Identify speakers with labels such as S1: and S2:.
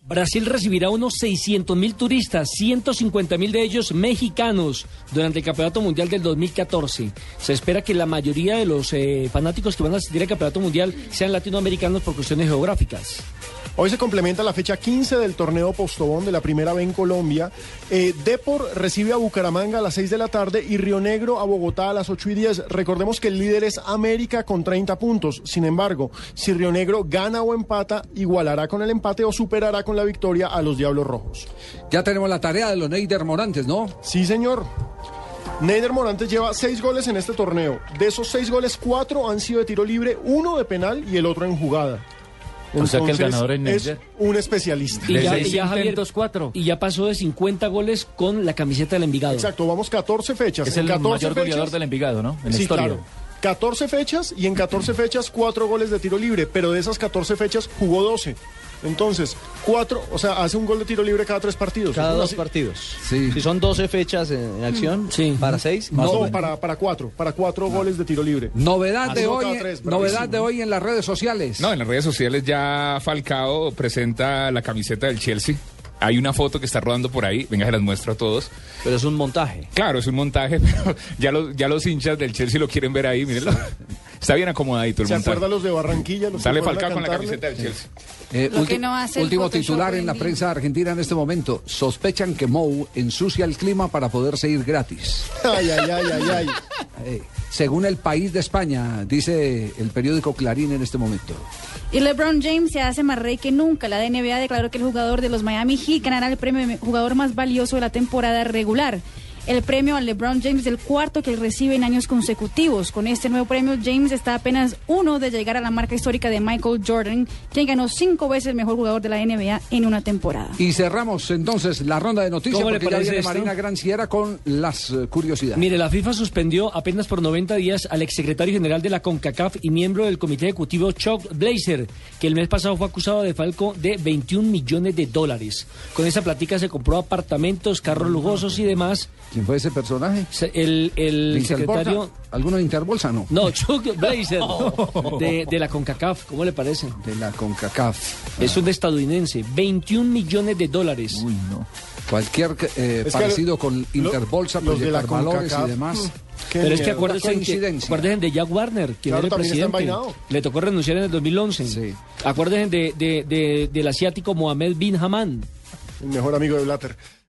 S1: Brasil recibirá unos 600 mil turistas, 150 mil de ellos mexicanos, durante el Campeonato Mundial del 2014. Se espera que la mayoría de los eh, fanáticos que van a asistir al Campeonato Mundial sean latinoamericanos por cuestiones geográficas.
S2: Hoy se complementa la fecha 15 del torneo Postobón de la Primera B en Colombia. Eh, Depor recibe a Bucaramanga a las 6 de la tarde y Río Negro a Bogotá a las 8 y 10. Recordemos que el líder es América con 30 puntos. Sin embargo, si Río Negro gana o empata, igualará con el empate o superará con la victoria a los Diablos Rojos.
S3: Ya tenemos la tarea de los Neider Morantes, ¿no?
S2: Sí, señor. Neider Morantes lleva seis goles en este torneo. De esos seis goles, cuatro han sido de tiro libre, uno de penal y el otro en jugada.
S4: Entonces, o sea que el ganador en
S2: es un especialista.
S1: Y ya, y ya, Javier, y ya pasó de 50 goles con la camiseta del Envigado.
S2: Exacto, vamos 14 fechas.
S4: Es el
S2: 14
S4: mayor fechas, goleador del Envigado, ¿no?
S2: En sí, historia. claro. 14 fechas y en 14 fechas 4 goles de tiro libre, pero de esas 14 fechas jugó 12. Entonces, 4, o sea, hace un gol de tiro libre cada 3 partidos.
S5: Cada
S2: ¿no?
S5: 2 partidos. Sí. Si son 12 fechas en, en acción, sí. para 6.
S2: No, para, para 4, para 4 no. goles de tiro libre.
S3: Novedad Así de, hoy, tres, novedad de hoy en las redes sociales.
S6: No, en las redes sociales ya Falcao presenta la camiseta del Chelsea hay una foto que está rodando por ahí, venga, se las muestro a todos.
S5: Pero es un montaje.
S6: Claro, es un montaje, pero ya los, ya los hinchas del Chelsea lo quieren ver ahí, mírenlo. Está bien acomodadito el
S2: ¿Se
S6: montaje.
S2: acuerdan los de Barranquilla? Los
S6: Sale Falcao con la camiseta del Chelsea.
S3: Eh, lo que no hace último titular en la prensa argentina en este momento. Sospechan que Mou ensucia el clima para poderse ir gratis.
S2: Ay, ay, ay, ay, ay.
S3: Eh, según el país de España, dice el periódico Clarín en este momento.
S7: Y LeBron James se hace más rey que nunca. La NBA declaró que el jugador de los Miami Heat ganará el premio jugador más valioso de la temporada regular. El premio a LeBron James del cuarto que él recibe en años consecutivos. Con este nuevo premio, James está apenas uno de llegar a la marca histórica de Michael Jordan, quien ganó cinco veces el mejor jugador de la NBA en una temporada.
S3: Y cerramos entonces la ronda de noticias porque ya viene esto? Marina Gran Sierra con las uh, curiosidades.
S1: Mire, la FIFA suspendió apenas por 90 días al exsecretario general de la CONCACAF y miembro del comité ejecutivo Chuck Blazer, que el mes pasado fue acusado de falco de 21 millones de dólares. Con esa platica se compró apartamentos, carros lujosos y demás.
S3: ¿Quién fue ese personaje?
S1: el, el secretario.
S3: ¿Alguno de Interbolsa? No.
S1: No, Chuck Blazer. No. De, de, la CONCACAF. ¿Cómo le parece?
S3: De la CONCACAF.
S1: Ah. Es un estadounidense. 21 millones de dólares.
S3: Uy, no. Cualquier eh, parecido lo, con Interbolsa,
S2: los de la CONCACAF.
S3: y demás.
S1: Qué Pero miedo. es que acuérdense, acuérdense de Jack Warner, quien claro, era el presidente. Le tocó renunciar en el 2011. Sí. Acuérdense de, de, del asiático Mohamed Bin Haman.
S2: El mejor amigo de Blatter.